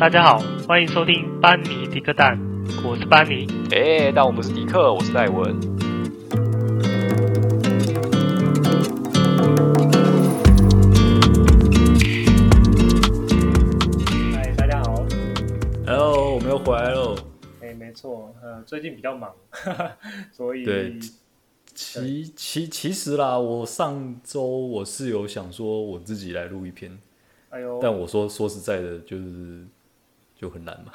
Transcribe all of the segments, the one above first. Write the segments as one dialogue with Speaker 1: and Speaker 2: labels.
Speaker 1: 大家好，欢迎收听班尼迪克蛋，我是班尼。
Speaker 2: 哎，但我不是迪克，我是戴文。
Speaker 1: 嗨，大家好。
Speaker 2: Hello，我们又回来喽。
Speaker 1: 哎，没错，呃，最近比较忙， 所以
Speaker 2: 对其其其实啦，我上周我是有想说我自己来录一篇，
Speaker 1: 哎呦，
Speaker 2: 但我说说实在的，就是就很 难嘛，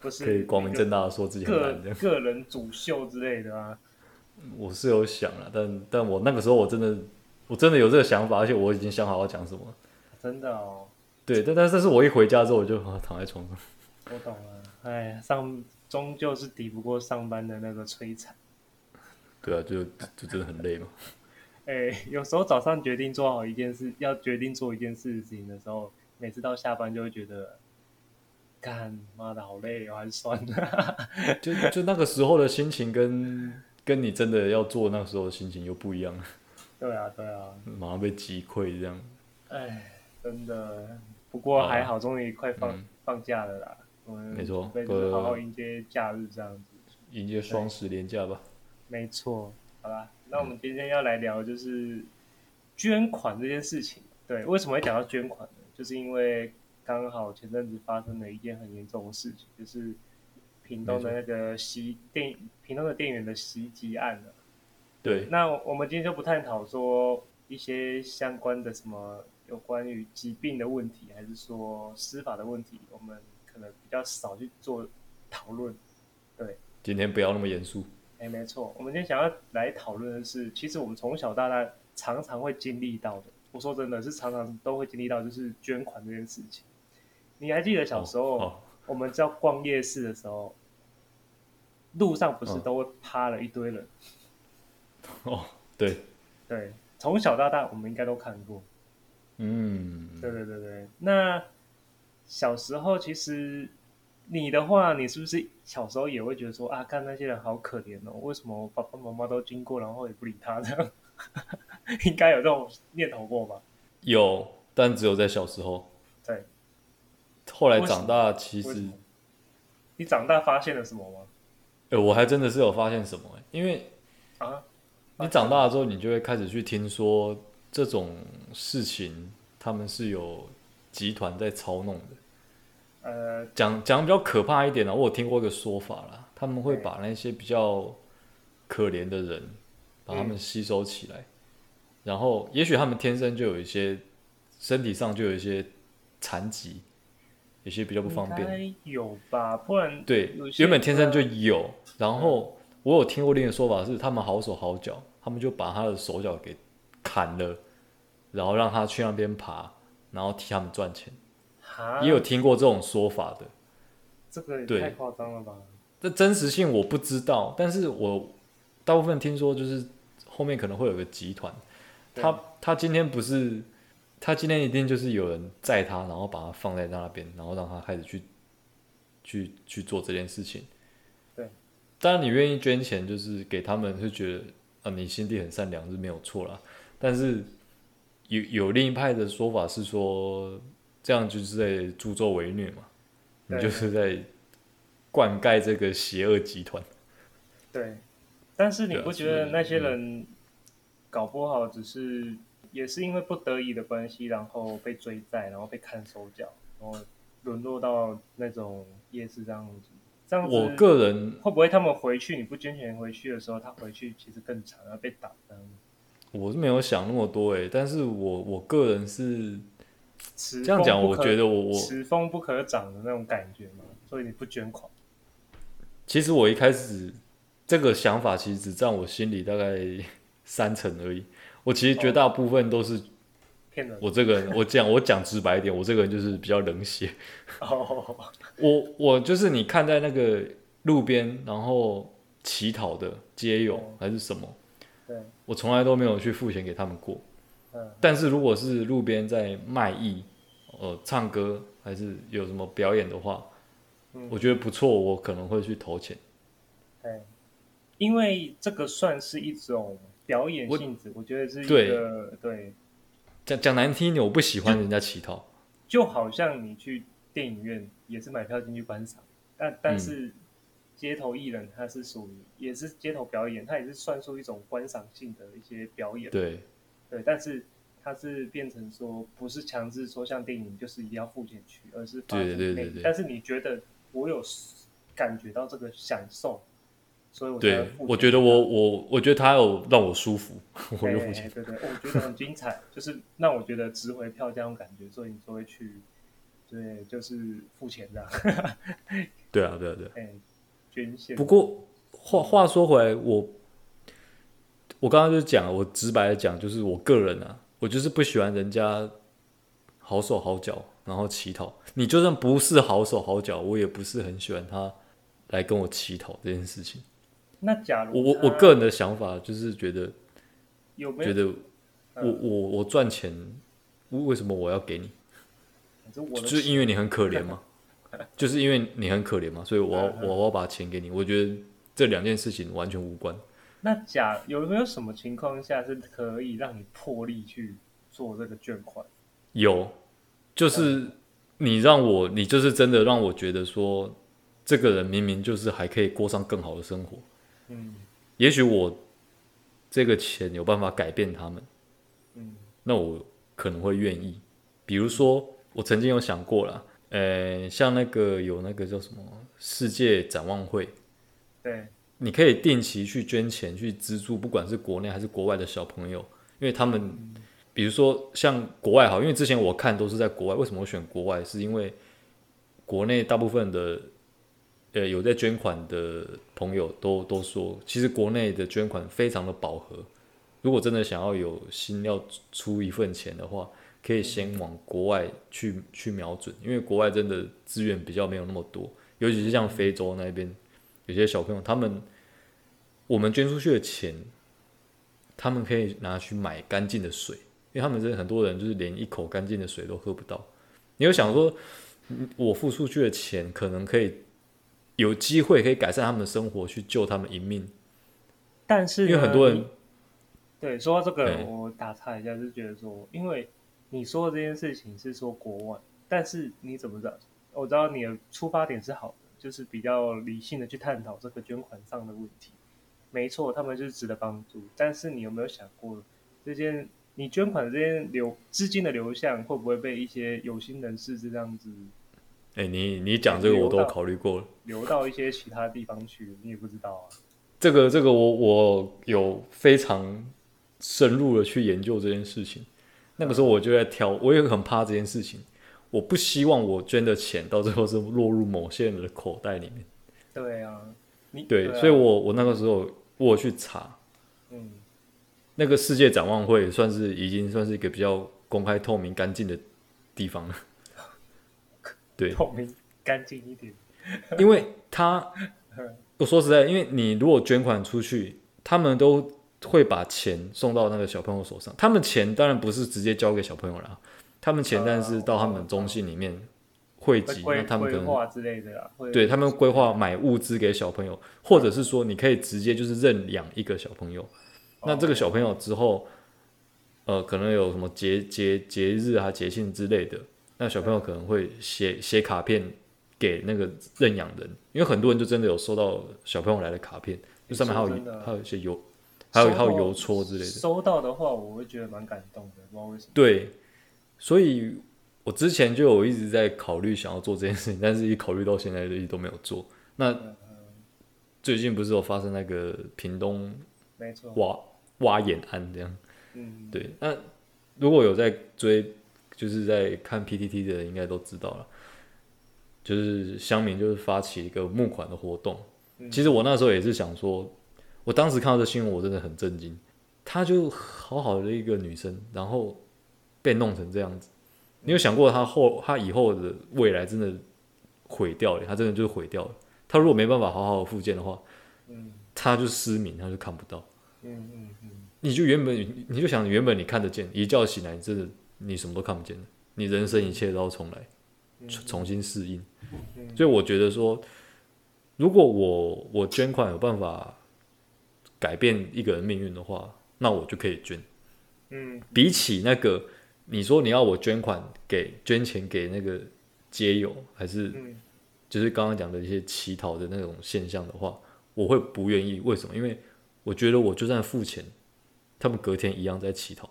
Speaker 1: 不是
Speaker 2: 可以光明正
Speaker 1: 大
Speaker 2: 大的说自己很
Speaker 1: 个
Speaker 2: 难这样。
Speaker 1: 个人主秀之类的啊。
Speaker 2: 我是有想了，但但我那个时候我真的我真的有这个想法，而且我已经想好要讲什么。
Speaker 1: 真的哦，
Speaker 2: 对，但但但是我一回家之后我就、啊、躺在床上，
Speaker 1: 我懂了。哎，上终究是抵不过上班的那个摧残。
Speaker 2: 对啊，就就真的很累嘛。
Speaker 1: 哎，有时候早上决定做好一件事，要决定做一件事情的时候，每次到下班就会觉得，干妈的好累哦，还是算了。
Speaker 2: 就就那个时候的心情跟跟你真的要做那时候的心情又不一样，
Speaker 1: 对啊，对啊，
Speaker 2: 马上被击溃这样。
Speaker 1: 哎，真的。不过还好，终于快放、
Speaker 2: 嗯
Speaker 1: 放假了啦。我们
Speaker 2: 没错
Speaker 1: 准备就是好好
Speaker 2: 呃
Speaker 1: 迎接假日这样子。
Speaker 2: 迎接双十连假吧。
Speaker 1: 没错，好啦，那我们今天要来聊就是捐款这件事情。对，为什么会讲到捐款呢？就是因为刚好前阵子发生了一件很严重的事情，就是屏东的那个袭电屏东的店员的袭击案啊了。
Speaker 2: 对，
Speaker 1: 那我们今天就不探讨说一些相关的什么有关于疾病的问题，还是说司法的问题，我们可能比较少去做讨论。
Speaker 2: 今天不要那么严肃。
Speaker 1: 哎，没错，我们今天想要来讨论的是，其实我们从小到大常常会经历到的。我说真的是常常都会经历到，就是捐款这件事情。你还记得小时候、
Speaker 2: 哦哦
Speaker 1: 我们在逛夜市的时候，路上不是
Speaker 2: 嗯
Speaker 1: 都会趴了一堆人？
Speaker 2: 哦，对，
Speaker 1: 对，从小到大我们应该都看过。
Speaker 2: 嗯，
Speaker 1: 对对对对，那小时候其实你的话，你是不是小时候也会觉得说啊，看那些人好可怜哦，为什么我爸爸妈妈都经过，然后也不理他这样？ 应该有这种念头过吧？
Speaker 2: 有，但只有在小时候。
Speaker 1: 对，
Speaker 2: 后来长大，其
Speaker 1: 为什
Speaker 2: 实
Speaker 1: 么，你长大发现了什么吗？
Speaker 2: 哎、我还真的是有发现什么、欸，因为
Speaker 1: 啊，
Speaker 2: 你长大了之后，你就会开始去听说这种事情，他们是有集团在操弄的。
Speaker 1: 呃，
Speaker 2: 讲讲比较可怕一点的、我有听过一个说法啦，他们会把那些比较可怜的人，把他们吸收起来，然后也许他们天生就有一些身体上就有一些残疾，有些比较不方便，
Speaker 1: 应该有吧？不然
Speaker 2: 对
Speaker 1: 有，些嗯
Speaker 2: 原本天生就有。然后我有听过另一个说法是，他们好手好脚，他们就把他的手脚给砍了，然后让他去那边爬，然后替他们赚钱。
Speaker 1: 啊哈，
Speaker 2: 也有听过这种说法的。
Speaker 1: 这个也
Speaker 2: 对
Speaker 1: 太夸张了吧？
Speaker 2: 这真实性我不知道，但是我大部分听说就是后面可能会有个集团，
Speaker 1: 对
Speaker 2: 他他今天不是他今天一定就是有人载他，然后把他放在那边，然后让他开始去去去做这件事情。
Speaker 1: 对，
Speaker 2: 当然你愿意捐钱，就是给他们是觉得啊，你心地很善良是没有错啦。但是有有另一派的说法是说，这样就是在助纣为虐嘛，你
Speaker 1: 对
Speaker 2: 就是在灌溉这个邪恶集团。
Speaker 1: 对，但是你
Speaker 2: 对啊
Speaker 1: 不觉
Speaker 2: 是
Speaker 1: 得那些
Speaker 2: 嗯
Speaker 1: 人搞不好只是也是因为不得已的关系，然后被追债，然后被看手脚，然后沦落到那种夜市这样子？这样子
Speaker 2: 我个人
Speaker 1: 会不会他们回去你不捐钱回去的时候，他回去其实更惨，然后被打这样子
Speaker 2: 我是没有想那么多诶，但是我我个人是
Speaker 1: 持
Speaker 2: 这样讲，
Speaker 1: 风不
Speaker 2: 我
Speaker 1: 可
Speaker 2: 觉得我我
Speaker 1: 此风不可长的那种感觉嘛，所以你不捐款，
Speaker 2: 其实我一开始这个想法其实只占我心里大概 三成而已。我其实绝大部分都是
Speaker 1: 骗人
Speaker 2: 我这个人，我讲我讲直白一点，我这个人就是比较冷血。
Speaker 1: 哦，
Speaker 2: 我我就是你看在那个路边，然后乞讨的街友
Speaker 1: 哦
Speaker 2: 还是什么，
Speaker 1: 对，
Speaker 2: 我从来都没有去付钱给他们过。
Speaker 1: 嗯，
Speaker 2: 但是如果是路边在卖艺，呃，唱歌还是有什么表演的话，
Speaker 1: 嗯
Speaker 2: 我觉得不错，我可能会去投钱。
Speaker 1: 对，因为这个算是一种表演
Speaker 2: 我
Speaker 1: 性质，我觉得是一
Speaker 2: 对
Speaker 1: 个对，
Speaker 2: 讲讲难听一点，我不喜欢人家乞讨。
Speaker 1: 就好像你去电影院也是买票进去观赏，但
Speaker 2: 嗯
Speaker 1: 但是街头艺人他是属于也是街头表演，他也是算出一种观赏性的一些表演，
Speaker 2: 对，
Speaker 1: 对，但是它是变成说不是强制说像电影就是一定要付钱去，而是发
Speaker 2: 对
Speaker 1: 自
Speaker 2: 对
Speaker 1: 内
Speaker 2: 对
Speaker 1: 心
Speaker 2: 对
Speaker 1: 但是你觉得我有 s- 感觉到这个享受，所以我才
Speaker 2: 对
Speaker 1: 会付，
Speaker 2: 我
Speaker 1: 钱
Speaker 2: 觉得
Speaker 1: 去
Speaker 2: 我我我觉得他有让我舒服，我
Speaker 1: 看
Speaker 2: 就
Speaker 1: 对
Speaker 2: 付钱。
Speaker 1: 对对，我觉得很精彩，就是让我觉得值回票价那种感觉，所以你就会去，对，就是付钱这样，
Speaker 2: 对啊，对啊，对啊。
Speaker 1: 哎，捐献。
Speaker 2: 不过话话说回来，我我刚刚就讲了，我直白的讲，就是我个人啊，我就是不喜欢人家好手好脚，然后乞讨。你就算不是好手好脚，我也不是很喜欢他来跟我乞讨这件事情。
Speaker 1: 那假如
Speaker 2: 我我我
Speaker 1: 他
Speaker 2: 个人的想法就是觉得
Speaker 1: 有没
Speaker 2: 觉
Speaker 1: 有？嗯
Speaker 2: 得我我我赚钱，为什么我要给你？
Speaker 1: 反正我的
Speaker 2: 就是因为你很可怜 嘛，就是因为你很可怜嘛，所以我要
Speaker 1: 嗯嗯
Speaker 2: 我要把钱给你。我觉得这两件事情完全无关。
Speaker 1: 那假有没有什么情况下是可以让你破例去做这个捐款？
Speaker 2: 有，就是你让我，你就是真的让我觉得说，这个人明明就是还可以过上更好的生活。
Speaker 1: 嗯
Speaker 2: 也许我这个钱有办法改变他们，
Speaker 1: 嗯
Speaker 2: 那我可能会愿意。比如说，我曾经有想过啦，呃，像那个有那个叫什么世界展望会，
Speaker 1: 对，
Speaker 2: 你可以定期去捐钱去资助，不管是国内还是国外的小朋友，因为他们，比如说像国外好，因为之前我看都是在国外，为什么我选国外？是因为国内大部分的，呃，有在捐款的朋友都都说，其实国内的捐款非常的饱和，如果真的想要有心要出一份钱的话，可以先往国外去去瞄准，因为国外真的资源比较没有那么多，尤其是像非洲那边，有些小朋友他们，我们捐出去的钱，他们可以拿去买干净的水，因为他们真的很多人就是连一口干净的水都喝不到。你有想说，嗯我付出去的钱可能可以有机会可以改善他们的生活，去救他们一命，
Speaker 1: 但是啊
Speaker 2: 因为
Speaker 1: 呢
Speaker 2: 很多人
Speaker 1: 你对说到这个，
Speaker 2: 哎
Speaker 1: 我打岔一下，是觉得说，因为你说的这件事情是说国外，但是你怎么知道？我知道你的出发点是好的，就是比较理性的去探讨这个捐款上的问题。没错，他们就是值得帮助，但是你有没有想过，这件你捐款的这件流资金的流向会不会被一些有心人士这样子
Speaker 2: 哎、你你讲这个我都
Speaker 1: 流
Speaker 2: 有
Speaker 1: 到
Speaker 2: 考虑过了。
Speaker 1: 流到一些其他地方去？你也不知道啊。
Speaker 2: 这个这个我我有非常深入的去研究这件事情。那个时候我就在挑，我也很怕这件事情。我不希望我捐的钱到最后是落入某些人的口袋里面。
Speaker 1: 对啊，你
Speaker 2: 对，
Speaker 1: 啊
Speaker 2: 所以我我那个时候我有去查
Speaker 1: 嗯
Speaker 2: 那个世界展望会，算是已经算是一个比较公开、透明、干净的地方了。对，
Speaker 1: 透明干净一点。
Speaker 2: 因为他，我说实在，因为你如果捐款出去，他们都会把钱送到那个小朋友手上。他们钱当然不是直接交给小朋友啦，他们钱
Speaker 1: 啊
Speaker 2: 当然是到他们中心里面呃汇哦集，
Speaker 1: 规
Speaker 2: 那他们可
Speaker 1: 规
Speaker 2: 能
Speaker 1: 划之类的啦，会
Speaker 2: 对他们规划买物资给小朋友，或者是说你可以直接就是认养一个小朋友。那这个
Speaker 1: 哦
Speaker 2: 小朋友之后，呃，可能有什么节节节日啊、节庆之类的，那小朋友可能会写写卡片给那个认养人，因为很多人就真的有收到小朋友来的卡片，就上面还有
Speaker 1: 说真的
Speaker 2: 还有一些邮，还有
Speaker 1: 收
Speaker 2: 还
Speaker 1: 到
Speaker 2: 有邮戳之类的。
Speaker 1: 收到的话，我会觉得蛮感动的，不知道为什么。
Speaker 2: 对，所以我之前就有一直在考虑想要做这件事情，但是一考虑到现在一直都没有做。那
Speaker 1: 嗯嗯，
Speaker 2: 最近不是有发生那个屏东
Speaker 1: 没错。
Speaker 2: 挖挖眼案这样？
Speaker 1: 嗯，
Speaker 2: 对，那如果有在追，就是在看 PTT 的人应该都知道了，就是乡民就是发起一个募款的活动。
Speaker 1: 嗯
Speaker 2: 其实我那时候也是想说，我当时看到这新闻，我真的很震惊。她就好好的一个女生，然后被弄成这样子，你有想过她后她以后的未来真的毁掉了？她真的就是毁掉了。她如果没办法好好的复健的话，
Speaker 1: 嗯
Speaker 2: 她就失明，她就看不到。
Speaker 1: 嗯嗯嗯，
Speaker 2: 你就原本你就想原本你看得见，一觉醒来，真的你什么都看不见了，你人生一切都要重来，
Speaker 1: 嗯
Speaker 2: 重重新适应。
Speaker 1: 嗯
Speaker 2: 所以我觉得说，如果我我捐款有办法改变一个人命运的话，那我就可以捐。
Speaker 1: 嗯，
Speaker 2: 比起那个你说你要我捐款给捐钱给那个街友，还是
Speaker 1: 嗯
Speaker 2: 就是刚刚讲的一些乞讨的那种现象的话，我会不愿意。为什么？因为我觉得我就算付钱，他们隔天一样在乞讨，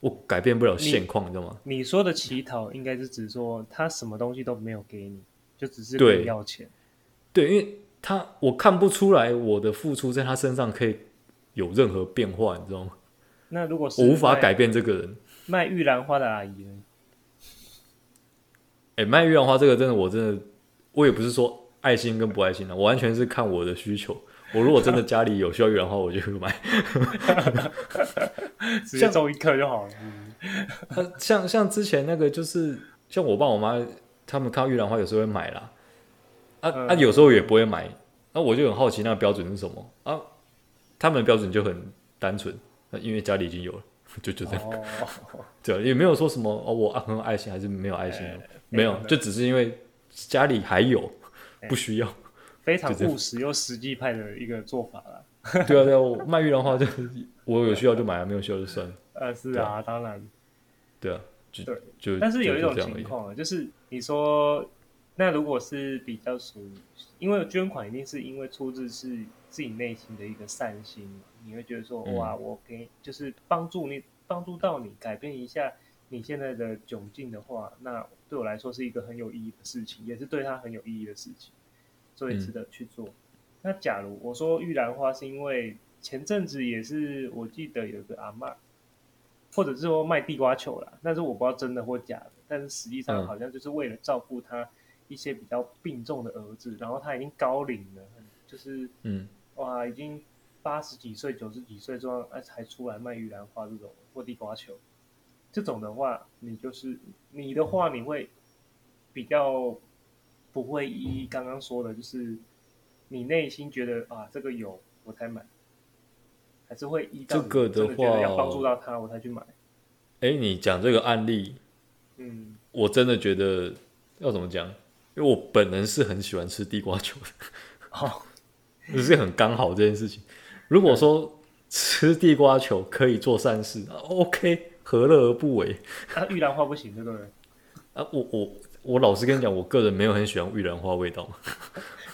Speaker 2: 我改变不了现况，你知道吗？
Speaker 1: 你说的乞讨应该是指说他什么东西都没有给你，就只是
Speaker 2: 对
Speaker 1: 跟你要钱。
Speaker 2: 对，因为他我看不出来我的付出在他身上可以有任何变化，你知道吗？
Speaker 1: 那如果是啊
Speaker 2: 我无法
Speaker 1: 卖
Speaker 2: 改变这个人。
Speaker 1: 卖玉兰花的阿姨呢，
Speaker 2: 哎、卖玉兰花这个真的，我真的，我也不是说爱心跟不爱心的、啊我完全是看我的需求。我如果真的家里有需要玉兰花，我就会买。
Speaker 1: 直接种一颗就好了。 嗯
Speaker 2: 呃像像之前那个，就是像我爸我妈他们看到玉兰花，有时候会买啦，啊、
Speaker 1: 嗯
Speaker 2: 啊，有时候也不会买。那、我就很好奇，那个标准是什么啊？他们的标准就很单纯，那因为家里已经有了，就就这样，
Speaker 1: 哦，
Speaker 2: 对，啊也没有说什么哦，我很有爱心还是没有爱
Speaker 1: 哎
Speaker 2: 心，没有
Speaker 1: 没有，
Speaker 2: 就只是因为家里还有，
Speaker 1: 哎
Speaker 2: 不需要。
Speaker 1: 非常
Speaker 2: 就这样
Speaker 1: 务实又实际派的一个做法啦。
Speaker 2: 对啊，对啊，我卖玉兰花就是我有需要就买啊，没有需要就算了。
Speaker 1: 呃，是啊，当然。
Speaker 2: 对啊，就
Speaker 1: 对
Speaker 2: 就
Speaker 1: 但是有一
Speaker 2: 就
Speaker 1: 种
Speaker 2: 这样而
Speaker 1: 情
Speaker 2: 已。
Speaker 1: 况啊，就是你说，那如果是比较属于，因为捐款一定是因为出自是自己内心的一个善心嘛，你会觉得说，
Speaker 2: 嗯
Speaker 1: 哇，我给就是帮助你，帮助到你，改变一下你现在的窘境的话，那对我来说是一个很有意义的事情，也是对他很有意义的事情，所以值得去做。
Speaker 2: 嗯
Speaker 1: 那假如我说玉兰花，是因为前阵子也是我记得有个阿嬷，或者是说卖地瓜球啦，但是我不知道真的或假的，但是实际上
Speaker 2: 嗯
Speaker 1: 好像就是为了照顾他一些比较病重的儿子，然后他已经高龄了，就是
Speaker 2: 嗯，
Speaker 1: 哇，已经八十几岁、九十几岁这样，哎，才出来卖玉兰花这种或地瓜球，这种的话，你就是你的话，你会比较不会依刚刚说的，就是你内心觉得啊，这个有我才买，还是会依照你
Speaker 2: 这个的
Speaker 1: 真觉得
Speaker 2: 话
Speaker 1: 要帮助到他，我才去买。
Speaker 2: 哎，你讲这个案例，
Speaker 1: 嗯，
Speaker 2: 我真的觉得要怎么讲？因为我本人是很喜欢吃地瓜球的，
Speaker 1: 好、
Speaker 2: 这是很刚好这件事情。如果说吃地瓜球可以做善事啊，OK，何乐而不为
Speaker 1: 啊，玉兰花不行，对不对？
Speaker 2: 啊？我我我老实跟你讲，我个人没有很喜欢玉兰花味道。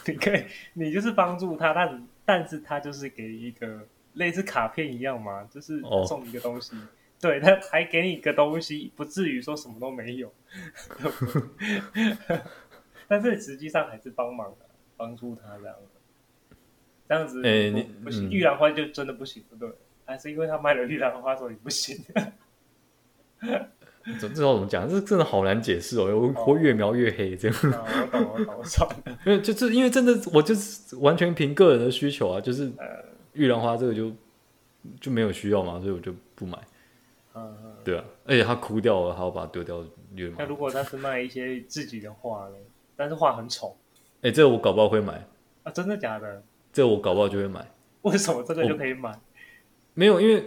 Speaker 1: 你可以，你就是帮助他，但是但是他就是给一个类似卡片一样嘛，就是
Speaker 2: 哦
Speaker 1: 送一个东西，对，他还给你一个东西，不至于说什么都没有， 但是实际上还是帮忙的，帮助他这样子，这样子不，
Speaker 2: 哎你
Speaker 1: 不行，
Speaker 2: 嗯
Speaker 1: 玉兰花就真的不行，对不对？还是因为他卖了玉兰花，所以不行。
Speaker 2: 这这要怎么讲？这真的好难解释哦，我我越描越黑这样。
Speaker 1: 啊我懂，我懂，我懂。
Speaker 2: 因为就是因为真的，我就是完全凭个人的需求啊，就是
Speaker 1: 呃
Speaker 2: 玉兰花这个就就没有需要嘛，所以我就不买。
Speaker 1: 嗯 嗯。
Speaker 2: 对啊，而且它枯掉了，还要把它丢掉，有点麻
Speaker 1: 那
Speaker 2: 烦。
Speaker 1: 如果他是卖一些自己的画呢？但是画很丑
Speaker 2: 哎、这个我搞不好会买，
Speaker 1: 啊，真的假的？
Speaker 2: 这个我搞不好就会买。
Speaker 1: 为什么这个就可以买？
Speaker 2: 没有，因为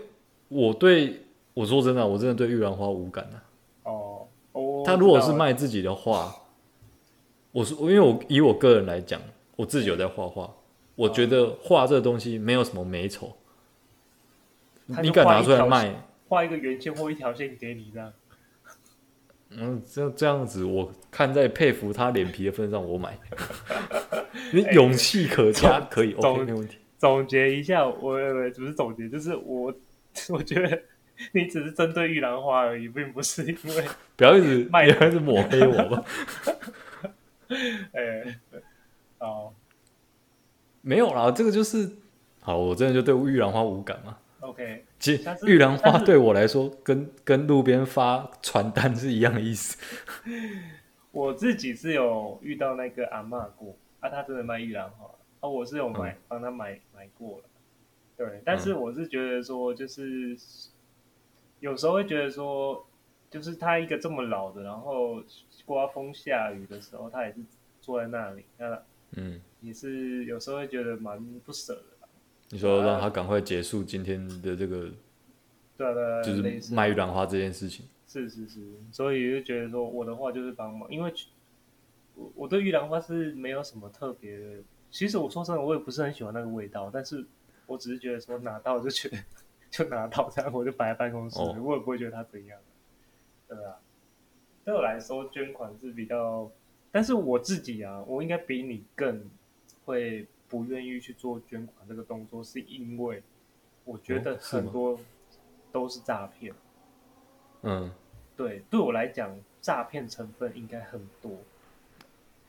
Speaker 2: 我对我说真的啊，我真的对玉兰花无感啊。
Speaker 1: 哦，哦，
Speaker 2: 他如果
Speaker 1: 我
Speaker 2: 是
Speaker 1: 知道了，
Speaker 2: 卖自己的画，我是因为我以我个人来讲，我自己有在画画，我觉得画这个东西没有什么美丑，
Speaker 1: 他就
Speaker 2: 你敢拿出来
Speaker 1: 画一条
Speaker 2: 卖？
Speaker 1: 画一个圆线或一条线给你这样，
Speaker 2: 嗯，这这样子，我看在佩服他脸皮的份上，我买。你勇气可嘉，可以
Speaker 1: 哎总
Speaker 2: ，OK，没问题。
Speaker 1: 总结一下，我呃不是总结，就是我 我觉得你只是针对玉兰花而已，并不是因为
Speaker 2: 不要一 直，不
Speaker 1: 卖
Speaker 2: 要一直抹黑我吧。
Speaker 1: 呃哦
Speaker 2: 没有啦，这个就是，好，我真的就对玉兰花无感嘛。
Speaker 1: OK，
Speaker 2: 其实
Speaker 1: 下次
Speaker 2: 玉兰
Speaker 1: 下
Speaker 2: 花
Speaker 1: 次
Speaker 2: 对我来说，跟跟路边发传单是一样的意思。
Speaker 1: 我自己是有遇到那个阿嬷过啊，她真的卖玉兰花啊，我是有
Speaker 2: 嗯
Speaker 1: 买帮她买买过了，对，但是我是觉得说就是有时候会觉得说，就是她一个这么老的，然后刮风下雨的时候，她也是坐在那里，那
Speaker 2: 嗯，
Speaker 1: 也是有时候会觉得蛮不舍的啦，
Speaker 2: 你说让他赶快结束今天的这个，
Speaker 1: 对啊对啊，
Speaker 2: 就
Speaker 1: 类
Speaker 2: 是
Speaker 1: 似
Speaker 2: 卖玉兰花这件事情。
Speaker 1: 是是是，所以就觉得说我的话就是帮忙，因为我我对玉兰花是没有什么特别的。其实我说真的，我也不是很喜欢那个味道，但是我只是觉得说拿到就觉得 就拿到，这样我就摆在办公室，
Speaker 2: 哦
Speaker 1: 我也不会觉得它怎样，对啊。对我来说捐款是比较，但是我自己啊，我应该比你更会不愿意去做捐款这个动作，是因为我觉得
Speaker 2: 哦是吗
Speaker 1: 很多都是诈骗。
Speaker 2: 嗯，
Speaker 1: 对，对我来讲，诈骗成分应该很多。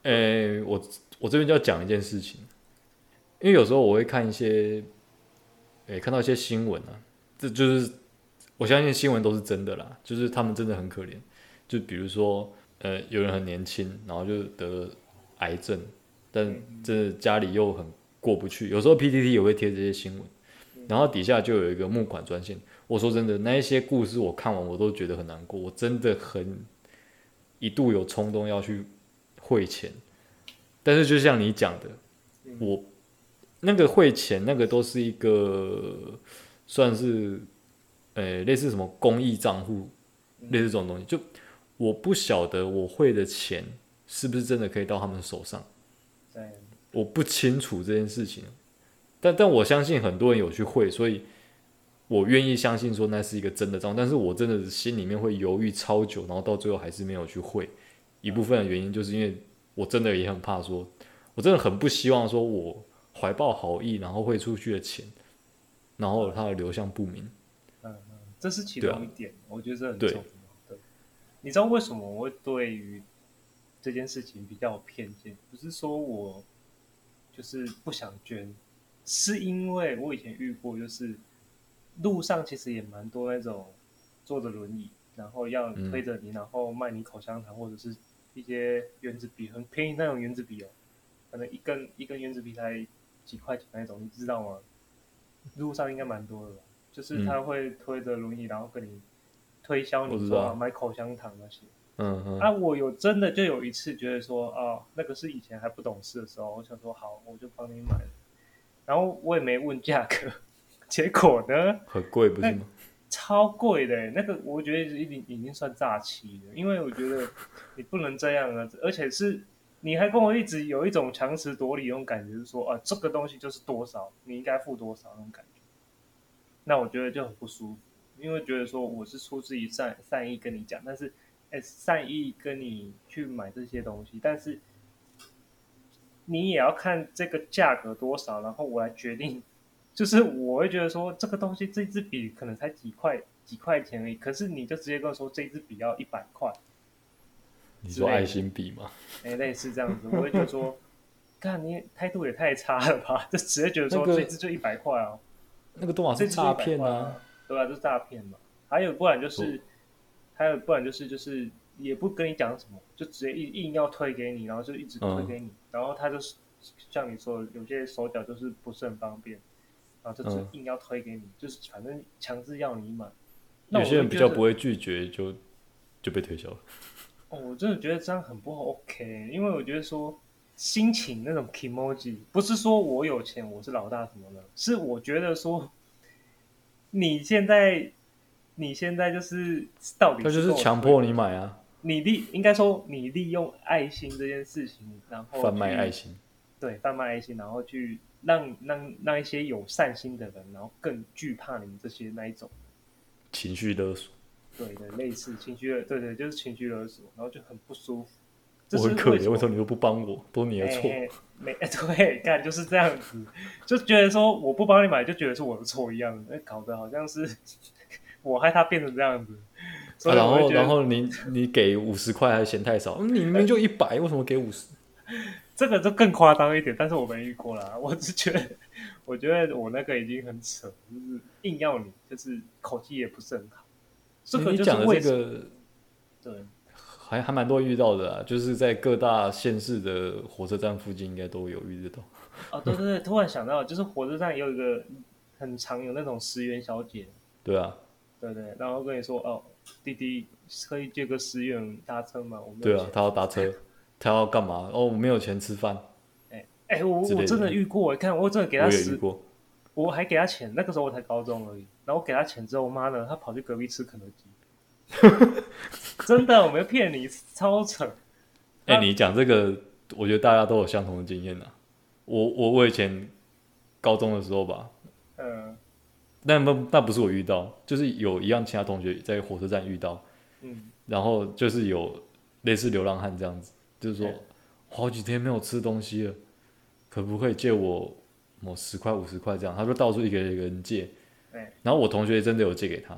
Speaker 2: 诶、我我这边就要讲一件事情，因为有时候我会看一些，诶、看到一些新闻啊，这就是我相信新闻都是真的啦，就是他们真的很可怜，就比如说，呃，有人很年轻，然后就得了癌症，但这家里又很过不去，有时候 PTT 也会贴这些新闻，然后底下就有一个募款专线。我说真的，那一些故事我看完我都觉得很难过，我真的很一度有冲动要去汇钱，但是就像你讲的，我那个汇钱那个都是一个算是呃类似什么公益账户，类似这种东西，就我不晓得我汇的钱是不是真的可以到他们手上，
Speaker 1: 对，
Speaker 2: 我不清楚这件事情，但但我相信很多人有去汇，所以。我愿意相信说那是一个真的账户，但是我真的心里面会犹豫超久，然后到最后还是没有去汇。一部分的原因就是因为我真的也很怕说，我真的很不希望说我怀抱好意，然后汇出去的钱，然后它的流向不明。
Speaker 1: 嗯这是其
Speaker 2: 对啊
Speaker 1: 中一点，我觉得这很重
Speaker 2: 对
Speaker 1: 要。对，你知道为什么我会对于这件事情比较有偏见？不是说我就是不想捐，是因为我以前遇过，就是路上其实也蛮多那种坐着轮椅，然后要
Speaker 2: 嗯
Speaker 1: 推着你，然后卖你口香糖或者是一些原子笔，很便宜那种原子笔哦，可能一根一根原子笔才几块钱那种，你知道吗？路上应该蛮多的吧，就是他会推着轮椅，然后跟你推销
Speaker 2: 嗯我
Speaker 1: 你
Speaker 2: 知
Speaker 1: 说
Speaker 2: 道
Speaker 1: 啊买口香糖那些。
Speaker 2: 嗯嗯，
Speaker 1: 啊，我有真的就有一次觉得说，哦，那个是以前还不懂事的时候，我想说好，我就帮你买了，然后我也没问价格，结果呢，
Speaker 2: 很贵不是吗？
Speaker 1: 超贵的欸，那个我觉得已经已经算诈欺了，因为我觉得你不能这样啊，而且是你还跟我一直有一种强词夺理那种感觉，就是说啊这个东西就是多少，你应该付多少那种感觉，那我觉得就很不舒服，因为觉得说我是出自于善善意跟你讲，但是哎善意跟你去买这些东西，但是你也要看这个价格多少，然后我来决定就是我会觉得说这个东西这支笔可能才几块几块钱而已，可是你就直接跟我说这支笔要一百块，
Speaker 2: 你说爱心笔吗？
Speaker 1: 哎、类似这样子，我会觉得说， 看你态度也太差了吧，就直接觉得说、
Speaker 2: 那个
Speaker 1: 这支就一百块哦，
Speaker 2: 那个都马
Speaker 1: 这
Speaker 2: 是
Speaker 1: 支
Speaker 2: 诈骗
Speaker 1: 啊
Speaker 2: 啊！，
Speaker 1: 对啊，这是诈骗嘛。还有不然就是，还有不然就是就是也不跟你讲什么，就直接硬硬要推给你，然后就一直
Speaker 2: 嗯
Speaker 1: 推给你，然后他就是像你说的，有些手脚就是不是很方便，然后就只
Speaker 2: 嗯
Speaker 1: 硬要推给你，就是反正强制要你买。那
Speaker 2: 有
Speaker 1: 我
Speaker 2: 些人
Speaker 1: 就
Speaker 2: 比
Speaker 1: 觉
Speaker 2: 较
Speaker 1: 得
Speaker 2: 不会拒绝就，就被推销了。
Speaker 1: 哦，我真的觉得这样很不 OK，因为我觉得说心情那种 emoji，不是说我有钱我是老大什么的，是我觉得说你现在你现在就是到底
Speaker 2: 他就是
Speaker 1: 跟我
Speaker 2: 强
Speaker 1: 推
Speaker 2: 迫你买啊，
Speaker 1: 你利，应该说你利用爱心这件事情，然后
Speaker 2: 贩卖
Speaker 1: 去
Speaker 2: 爱心。
Speaker 1: 对贩卖爱心，然后去让让让一些有善心的人，然后更惧怕你们这些那一种。
Speaker 2: 情绪勒索，
Speaker 1: 对的，类似情绪勒，对对，就是情绪勒索，然后就很不舒服。这
Speaker 2: 我
Speaker 1: 是
Speaker 2: 很可
Speaker 1: 为什
Speaker 2: 怜，为
Speaker 1: 么
Speaker 2: 什么你都不帮我？都是你的错。
Speaker 1: 哎哎没、 对，干就是这样子，就觉得说我不帮你买，就觉得是我的错一样，那搞得好像是 我害他变成这样子。哎所
Speaker 2: 啊、
Speaker 1: 以
Speaker 2: 然
Speaker 1: 我就
Speaker 2: 后，
Speaker 1: 觉得
Speaker 2: 然后你 你给五十块还嫌太少，嗯你明明就一百，为什么给五十？
Speaker 1: 这个就更夸张一点，但是我没遇过啦。我只觉得，我觉得我那个已经很扯，就是硬要你，就是口气也不是很好。这个就
Speaker 2: 哎你你
Speaker 1: 是
Speaker 2: 讲的
Speaker 1: 为
Speaker 2: 这
Speaker 1: 什么
Speaker 2: 个
Speaker 1: 对
Speaker 2: 还还蛮多遇到的啊，就是在各大县市的火车站附近应该都有遇得到。
Speaker 1: 哦，对对对，突然想到，就是火车站有一个很常有那种十元小姐，
Speaker 2: 对啊，
Speaker 1: 对对，然后跟你说哦，弟弟可以借个十元搭车吗？我没有
Speaker 2: 对啊
Speaker 1: 钱，
Speaker 2: 他要搭车，他要干嘛？哦，我没有钱吃饭，
Speaker 1: 哎、我
Speaker 2: 之类
Speaker 1: 我
Speaker 2: 的
Speaker 1: 真的遇过，你看我真的
Speaker 2: 我
Speaker 1: 给他
Speaker 2: 也遇
Speaker 1: 十，
Speaker 2: 过。
Speaker 1: 我还给他钱，那个时候我才高中而已。然后我给他钱之后，妈的，他跑去隔壁吃肯德基， 真的，我没有骗你，超扯。
Speaker 2: 哎、
Speaker 1: 那
Speaker 2: 你讲这个，我觉得大家都有相同的经验啊。我我我以前高中的时候吧，
Speaker 1: 嗯
Speaker 2: 那不那不是我遇到，就是有一样其他同学在火车站遇到，
Speaker 1: 嗯
Speaker 2: 然后就是有类似流浪汉这样子，就是说
Speaker 1: 嗯
Speaker 2: 我好几天没有吃东西了，可不可以借我某十块五十块这样？他就到处一个一个人借
Speaker 1: 嗯，
Speaker 2: 然后我同学真的有借给他，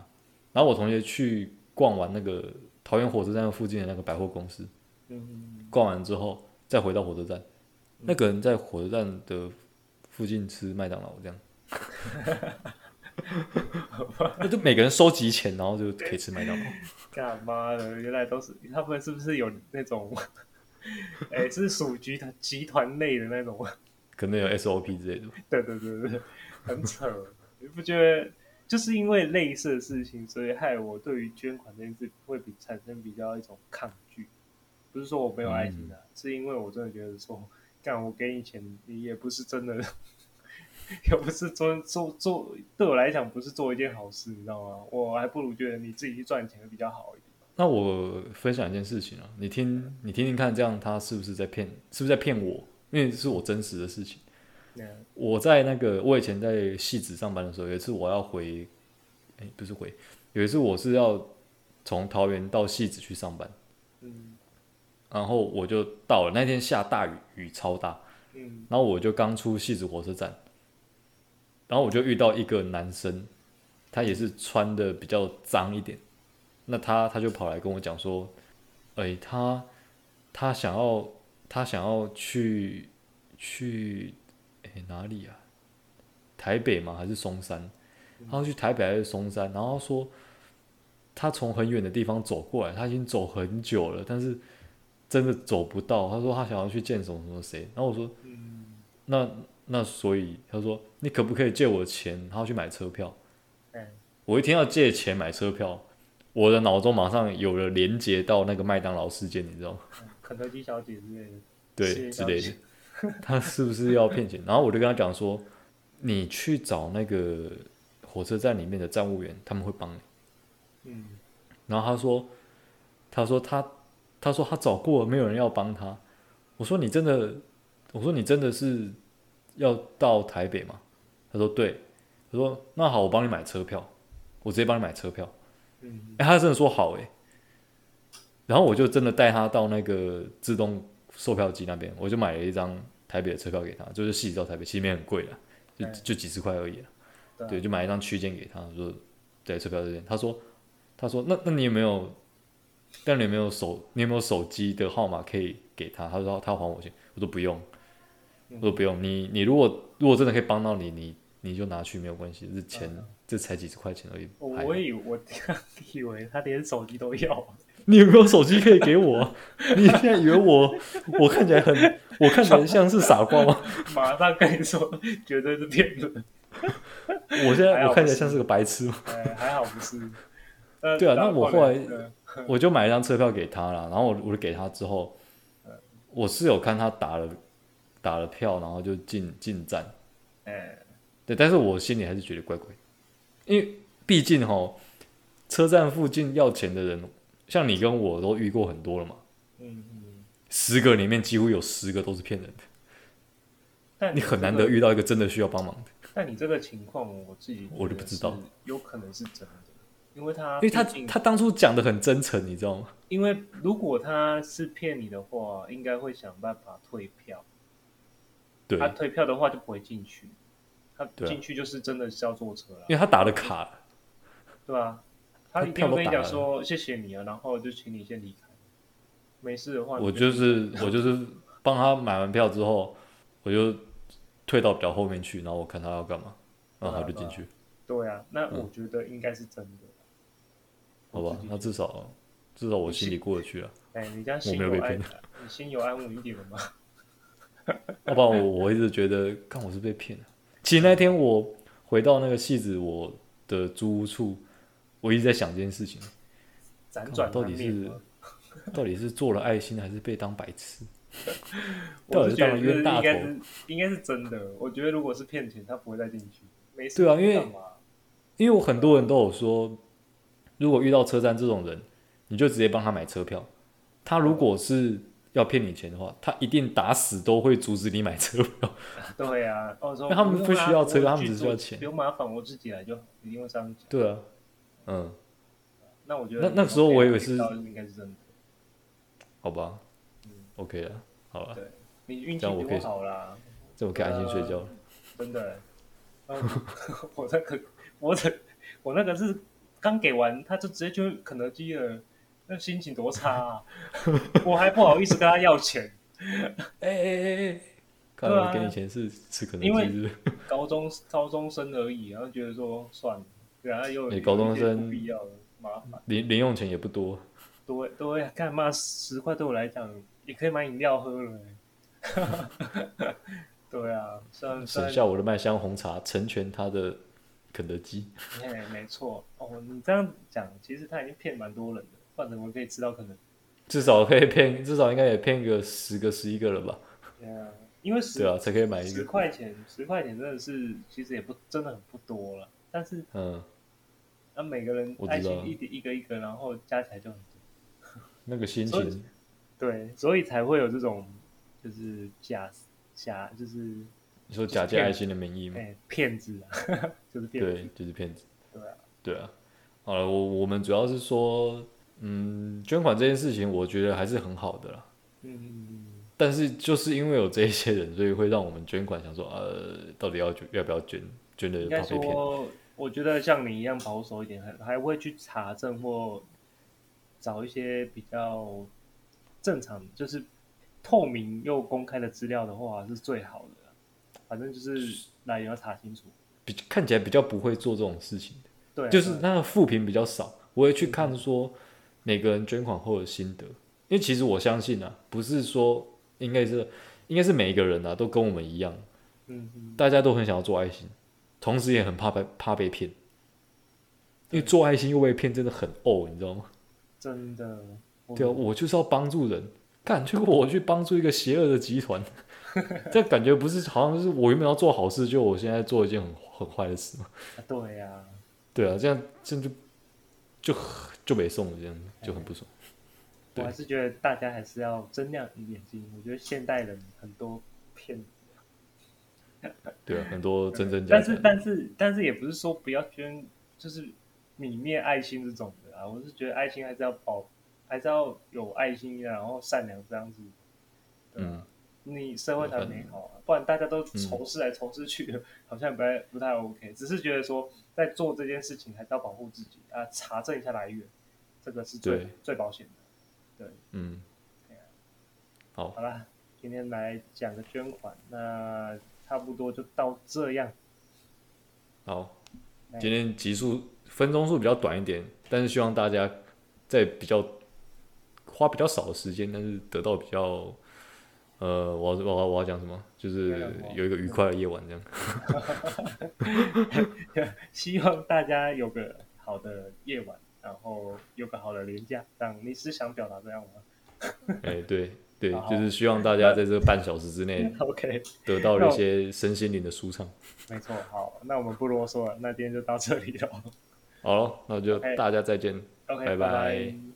Speaker 2: 然后我同学去逛完那个桃园火车站附近的那个百货公司，
Speaker 1: 嗯，
Speaker 2: 逛完之后再回到火车站，那个人在火车站的附近吃麦当劳这样。那就每个人收集钱，然后就可以吃麦当劳。
Speaker 1: 干妈的，原来都是他们是不是有那种， 哎、是属集团集团类的那种？
Speaker 2: 可能有 SOP 之类的吧。
Speaker 1: 对对对对，对很扯。你不觉得就是因为类似的事情，所以害我对于捐款这件事会比产生比较一种抗拒？不是说我没有爱心啊，
Speaker 2: 嗯
Speaker 1: 是因为我真的觉得说，干我给你钱，你也不是真的， 也不是做做做，对我来讲不是做一件好事，你知道吗？我还不如觉得你自己去赚钱会比较好一点。
Speaker 2: 那我分享一件事情啊，你听，你听听看，这样他是不是在骗？是不是在骗我？因为是我真实的事情。
Speaker 1: 嗯
Speaker 2: 我在那个，我以前在戏子上班的时候，有一次我要回，哎、不是回，有一次我是要从桃园到戏子去上班，
Speaker 1: 嗯
Speaker 2: 然后我就到了。那天下大雨，雨超大，
Speaker 1: 嗯
Speaker 2: 然后我就刚出戏子火车站，然后我就遇到一个男生，他也是穿的比较脏一点，那他他就跑来跟我讲说，哎、他他想要他想要去去哎、哪里啊？台北吗？还是松山？他要去台北还是松山？然后说他从很远的地方走过来，他已经走很久了，但是真的走不到。他说他想要去见什么什么谁，然后我说。
Speaker 1: 嗯，
Speaker 2: 那那所以他说，你可不可以借我钱，他要去买车票？
Speaker 1: 哎
Speaker 2: 我一听到借钱买车票，我的脑中马上有了连接到那个麦当劳事件，你知道吗？
Speaker 1: 哎肯德基小姐之类的，
Speaker 2: 对，
Speaker 1: 是
Speaker 2: 之类的，他是不是要骗钱？然后我就跟他讲说，你去找那个火车站里面的站务员，他们会帮你。
Speaker 1: 嗯
Speaker 2: 然后他说，他说他，他说他找过了，没有人要帮他。我说你真的，我说你真的是要到台北吗？他说对。他说那好，我帮你买车票，我直接帮你买车票。
Speaker 1: 嗯
Speaker 2: 哎、他真的说好哎、然后我就真的带他到那个自动售票机那边，我就买了一张台北的车票给他，就是细到台北，其实没很贵啦，就
Speaker 1: 哎
Speaker 2: 就几十块而已啦
Speaker 1: 对啊
Speaker 2: 对，就买一张区间给他，我说对车票这边，他说他说那那你有没有？但你有没有手？你有没有手机的号码可以给他？他说他还我钱，我说不用，
Speaker 1: 嗯
Speaker 2: 我说不用。你你如果如果真的可以帮到你，你你就拿去没有关系，这钱这才几十块钱而
Speaker 1: 哎
Speaker 2: 已。还
Speaker 1: 嗯
Speaker 2: 好
Speaker 1: 哦我以我以为他连手机都要，
Speaker 2: 你有没有手机可以 给我？你现在以为我我看起来很我看起来像是傻 瓜吗？
Speaker 1: 马上跟你说绝对是骗子。
Speaker 2: 我现
Speaker 1: 还
Speaker 2: 在
Speaker 1: 好
Speaker 2: 我看起来像是个白痴吗？
Speaker 1: 哎，还好不是。呃
Speaker 2: 对啊那我后来
Speaker 1: 嗯
Speaker 2: 我就买一张车票给他了，然后我我就给他之后，我室友看他打了打了票，然后就进进站，
Speaker 1: 哎，
Speaker 2: 对，但是我心里还是觉得怪怪，因为毕竟哈，车站附近要钱的人，像你跟我都遇过很多了嘛，
Speaker 1: 嗯嗯，
Speaker 2: 十个里面几乎有十个都是骗人的，
Speaker 1: 但
Speaker 2: 你
Speaker 1: 这
Speaker 2: 很难
Speaker 1: 个
Speaker 2: 得遇到一个真的需要帮忙的，
Speaker 1: 但你这个情况，我自己
Speaker 2: 我
Speaker 1: 觉
Speaker 2: 就不
Speaker 1: 得
Speaker 2: 知
Speaker 1: 是
Speaker 2: 道，
Speaker 1: 有可能是真的，因为他
Speaker 2: 因为他
Speaker 1: 毕竟
Speaker 2: 他当初讲的很真诚，你知道吗？
Speaker 1: 因为如果他是骗你的话，应该会想办法退票。
Speaker 2: 对，
Speaker 1: 他退票的话就不会进去，他
Speaker 2: 对啊
Speaker 1: 进去就是真的是要坐车了
Speaker 2: 因。为他打了卡，
Speaker 1: 对啊，他
Speaker 2: 他
Speaker 1: 一定
Speaker 2: 票
Speaker 1: 会
Speaker 2: 都
Speaker 1: 跟你
Speaker 2: 打
Speaker 1: 讲
Speaker 2: 了
Speaker 1: 说谢谢你啊，然后就请你先离开。没事的话，
Speaker 2: 我
Speaker 1: 你就
Speaker 2: 就是我就是帮他买完票之后，我就退到比较后面去，然后我看他要干嘛，然后他就进去，
Speaker 1: 对啊。那
Speaker 2: 嗯
Speaker 1: 我觉得应该是真的。
Speaker 2: 好吧？那至少至少我心里过得 去了，啊
Speaker 1: 哎，你这样
Speaker 2: 我
Speaker 1: 心
Speaker 2: 没有被
Speaker 1: 有
Speaker 2: 骗
Speaker 1: 安，，你心有安稳一点了吗？
Speaker 2: 要不然我我一直觉得，看我是被骗了。其实那天我回到那个戏子我的租屋处，我一直在想这件事情，
Speaker 1: 辗
Speaker 2: 看
Speaker 1: 转
Speaker 2: 我到底
Speaker 1: 难眠
Speaker 2: 是
Speaker 1: 吗
Speaker 2: 到底是做了爱心还是被当白痴？到
Speaker 1: 我
Speaker 2: 底
Speaker 1: 是
Speaker 2: 是
Speaker 1: 觉得
Speaker 2: 当了
Speaker 1: 就是
Speaker 2: 冤大
Speaker 1: 应该
Speaker 2: 头？
Speaker 1: 是应该是真的。我觉得如果是骗钱，他不会再进去。没事，
Speaker 2: 对啊因为
Speaker 1: 干嘛
Speaker 2: 因为我很多人都有说，如果遇到车站这种人，你就直接帮他买车票。他如果是要骗你钱的话，他一定打死都会阻止你买车 票。
Speaker 1: 对啊，哦，说
Speaker 2: 因为他们
Speaker 1: 用
Speaker 2: 不需
Speaker 1: 啊
Speaker 2: 要
Speaker 1: 我
Speaker 2: 车票他们
Speaker 1: 去
Speaker 2: 只需
Speaker 1: 做
Speaker 2: 要钱
Speaker 1: 不用麻烦我自己来就好，一定会这样讲。
Speaker 2: 对啊，嗯，
Speaker 1: 那我觉得
Speaker 2: 那
Speaker 1: 你
Speaker 2: 那时候我以为
Speaker 1: OK
Speaker 2: 是
Speaker 1: 到应该是真的。
Speaker 2: 好吧，OK 了，好了，
Speaker 1: 对你运气
Speaker 2: 这样我可
Speaker 1: 多
Speaker 2: 以
Speaker 1: 好啦，
Speaker 2: 这我可以安心睡觉了。
Speaker 1: 真的。然后 我那个，我的，我那个是刚给完，他就直接去肯德基了，那心情多差啊！ 我还不好意思跟他要钱。
Speaker 2: 哎哎哎啊哎，看
Speaker 1: 对啊
Speaker 2: 我给你钱是吃肯德
Speaker 1: 因为
Speaker 2: 基是不是？
Speaker 1: 高中高中生而已，然后觉得说算了，对啊，又有
Speaker 2: 你高中生
Speaker 1: 有一些不必要的麻烦，
Speaker 2: 零零用钱也不多，
Speaker 1: 多多干嘛？十块对我来讲也可以买饮料喝了、欸 对啊，虽然虽
Speaker 2: 省
Speaker 1: 然
Speaker 2: 下我的麦香红茶，成全他的肯德基。
Speaker 1: 哎，没错哦，你这样讲，其实他已经骗蛮多人的，不然怎么可以吃到可能？
Speaker 2: 至少可以骗，至少应该也骗个十个、十一个了吧？
Speaker 1: 对啊，因为十
Speaker 2: 对啊，才可以买一
Speaker 1: 十
Speaker 2: 个。
Speaker 1: 块钱，十块钱真的是其实也不真的很不多了，但是
Speaker 2: 嗯，
Speaker 1: 那、每个人
Speaker 2: 我知
Speaker 1: 爱心
Speaker 2: 道
Speaker 1: 一点一个一个，然后加起来就很多。
Speaker 2: 那个心
Speaker 1: 所以
Speaker 2: 情，
Speaker 1: 对，所以才会有这种就是假假就是
Speaker 2: 你说假借爱心的名义吗？
Speaker 1: 哎骗、子啊， 就是骗子。
Speaker 2: 嗯对，就是骗子。
Speaker 1: 对啊，
Speaker 2: 对啊。好了，我我们主要是说，嗯，捐款这件事情，我觉得还是很好的啦。
Speaker 1: 嗯，
Speaker 2: 但是就是因为有这一些人，所以会让我们捐款，想说，呃，到底要捐要不要捐？捐的
Speaker 1: 应
Speaker 2: 怕
Speaker 1: 该
Speaker 2: 被骗。
Speaker 1: 说，我觉得像你一样保守一点，还还会去查证或找一些比较正常，就是透明又公开的资料的话是最好的啦。反正就是来源要查清楚。
Speaker 2: 比看起来比较不会做这种事情的，
Speaker 1: 对啊，嗯
Speaker 2: 就是
Speaker 1: 对啊
Speaker 2: 他的负评比较少。我会去看说每个人捐款后的心得，因为其实我相信啊，不是说应该是应该是每一个人啊都跟我们一样，
Speaker 1: 嗯嗯，
Speaker 2: 大家都很想要做爱心，同时也很怕被怕被骗，因为做爱心又被骗，真的很呕，你知道吗？
Speaker 1: 真的。我
Speaker 2: 对啊，我就是要帮助人，干，结果我去帮助一个邪恶的集团， 这感觉不是好像是我原本要做好事，就我现在做一件很很坏的事嘛。
Speaker 1: 啊对呀、
Speaker 2: 对啊，这样这样就就很就没送了，这样就很不爽。
Speaker 1: 我
Speaker 2: 对
Speaker 1: 还是觉得大家还是要睁亮眼睛。我觉得现代人很多骗，
Speaker 2: 对啊，很多真真假
Speaker 1: 但
Speaker 2: 假
Speaker 1: 是
Speaker 2: 的，
Speaker 1: 但是但是也不是说不要捐，就是泯灭爱心这种的啊。我是觉得爱心还是要保，还是要有爱心，啊然后善良这样子，对
Speaker 2: 嗯
Speaker 1: 吧，你社会才美好啊。不然大家都仇视来仇视去，好像不太不太 OK。只是觉得说在做这件事情还是要保护自己啊，查证一下来源，这个是最
Speaker 2: 对
Speaker 1: 最保险的。
Speaker 2: 嗯，好
Speaker 1: 好，啦，今天来讲个捐款，那差不多就到这样。
Speaker 2: 好，今天集数分钟数比较短一点，但是希望大家在比较花比较少的时间，但是得到比较呃，我要我要我要讲什么？就是有一个愉快的夜晚 这样。
Speaker 1: 希望大家有个好的夜晚，然后有个好的连假。这样你是想表达这样吗
Speaker 2: 哎、对对
Speaker 1: 好，
Speaker 2: 就是希望大家在这半小时之内
Speaker 1: ？OK，
Speaker 2: 得到一些身心灵的舒畅。
Speaker 1: 没错。好，那我们不啰嗦了，那今天就到这里了。
Speaker 2: 好了，那就大家再见。哎
Speaker 1: OK，
Speaker 2: 拜拜
Speaker 1: 拜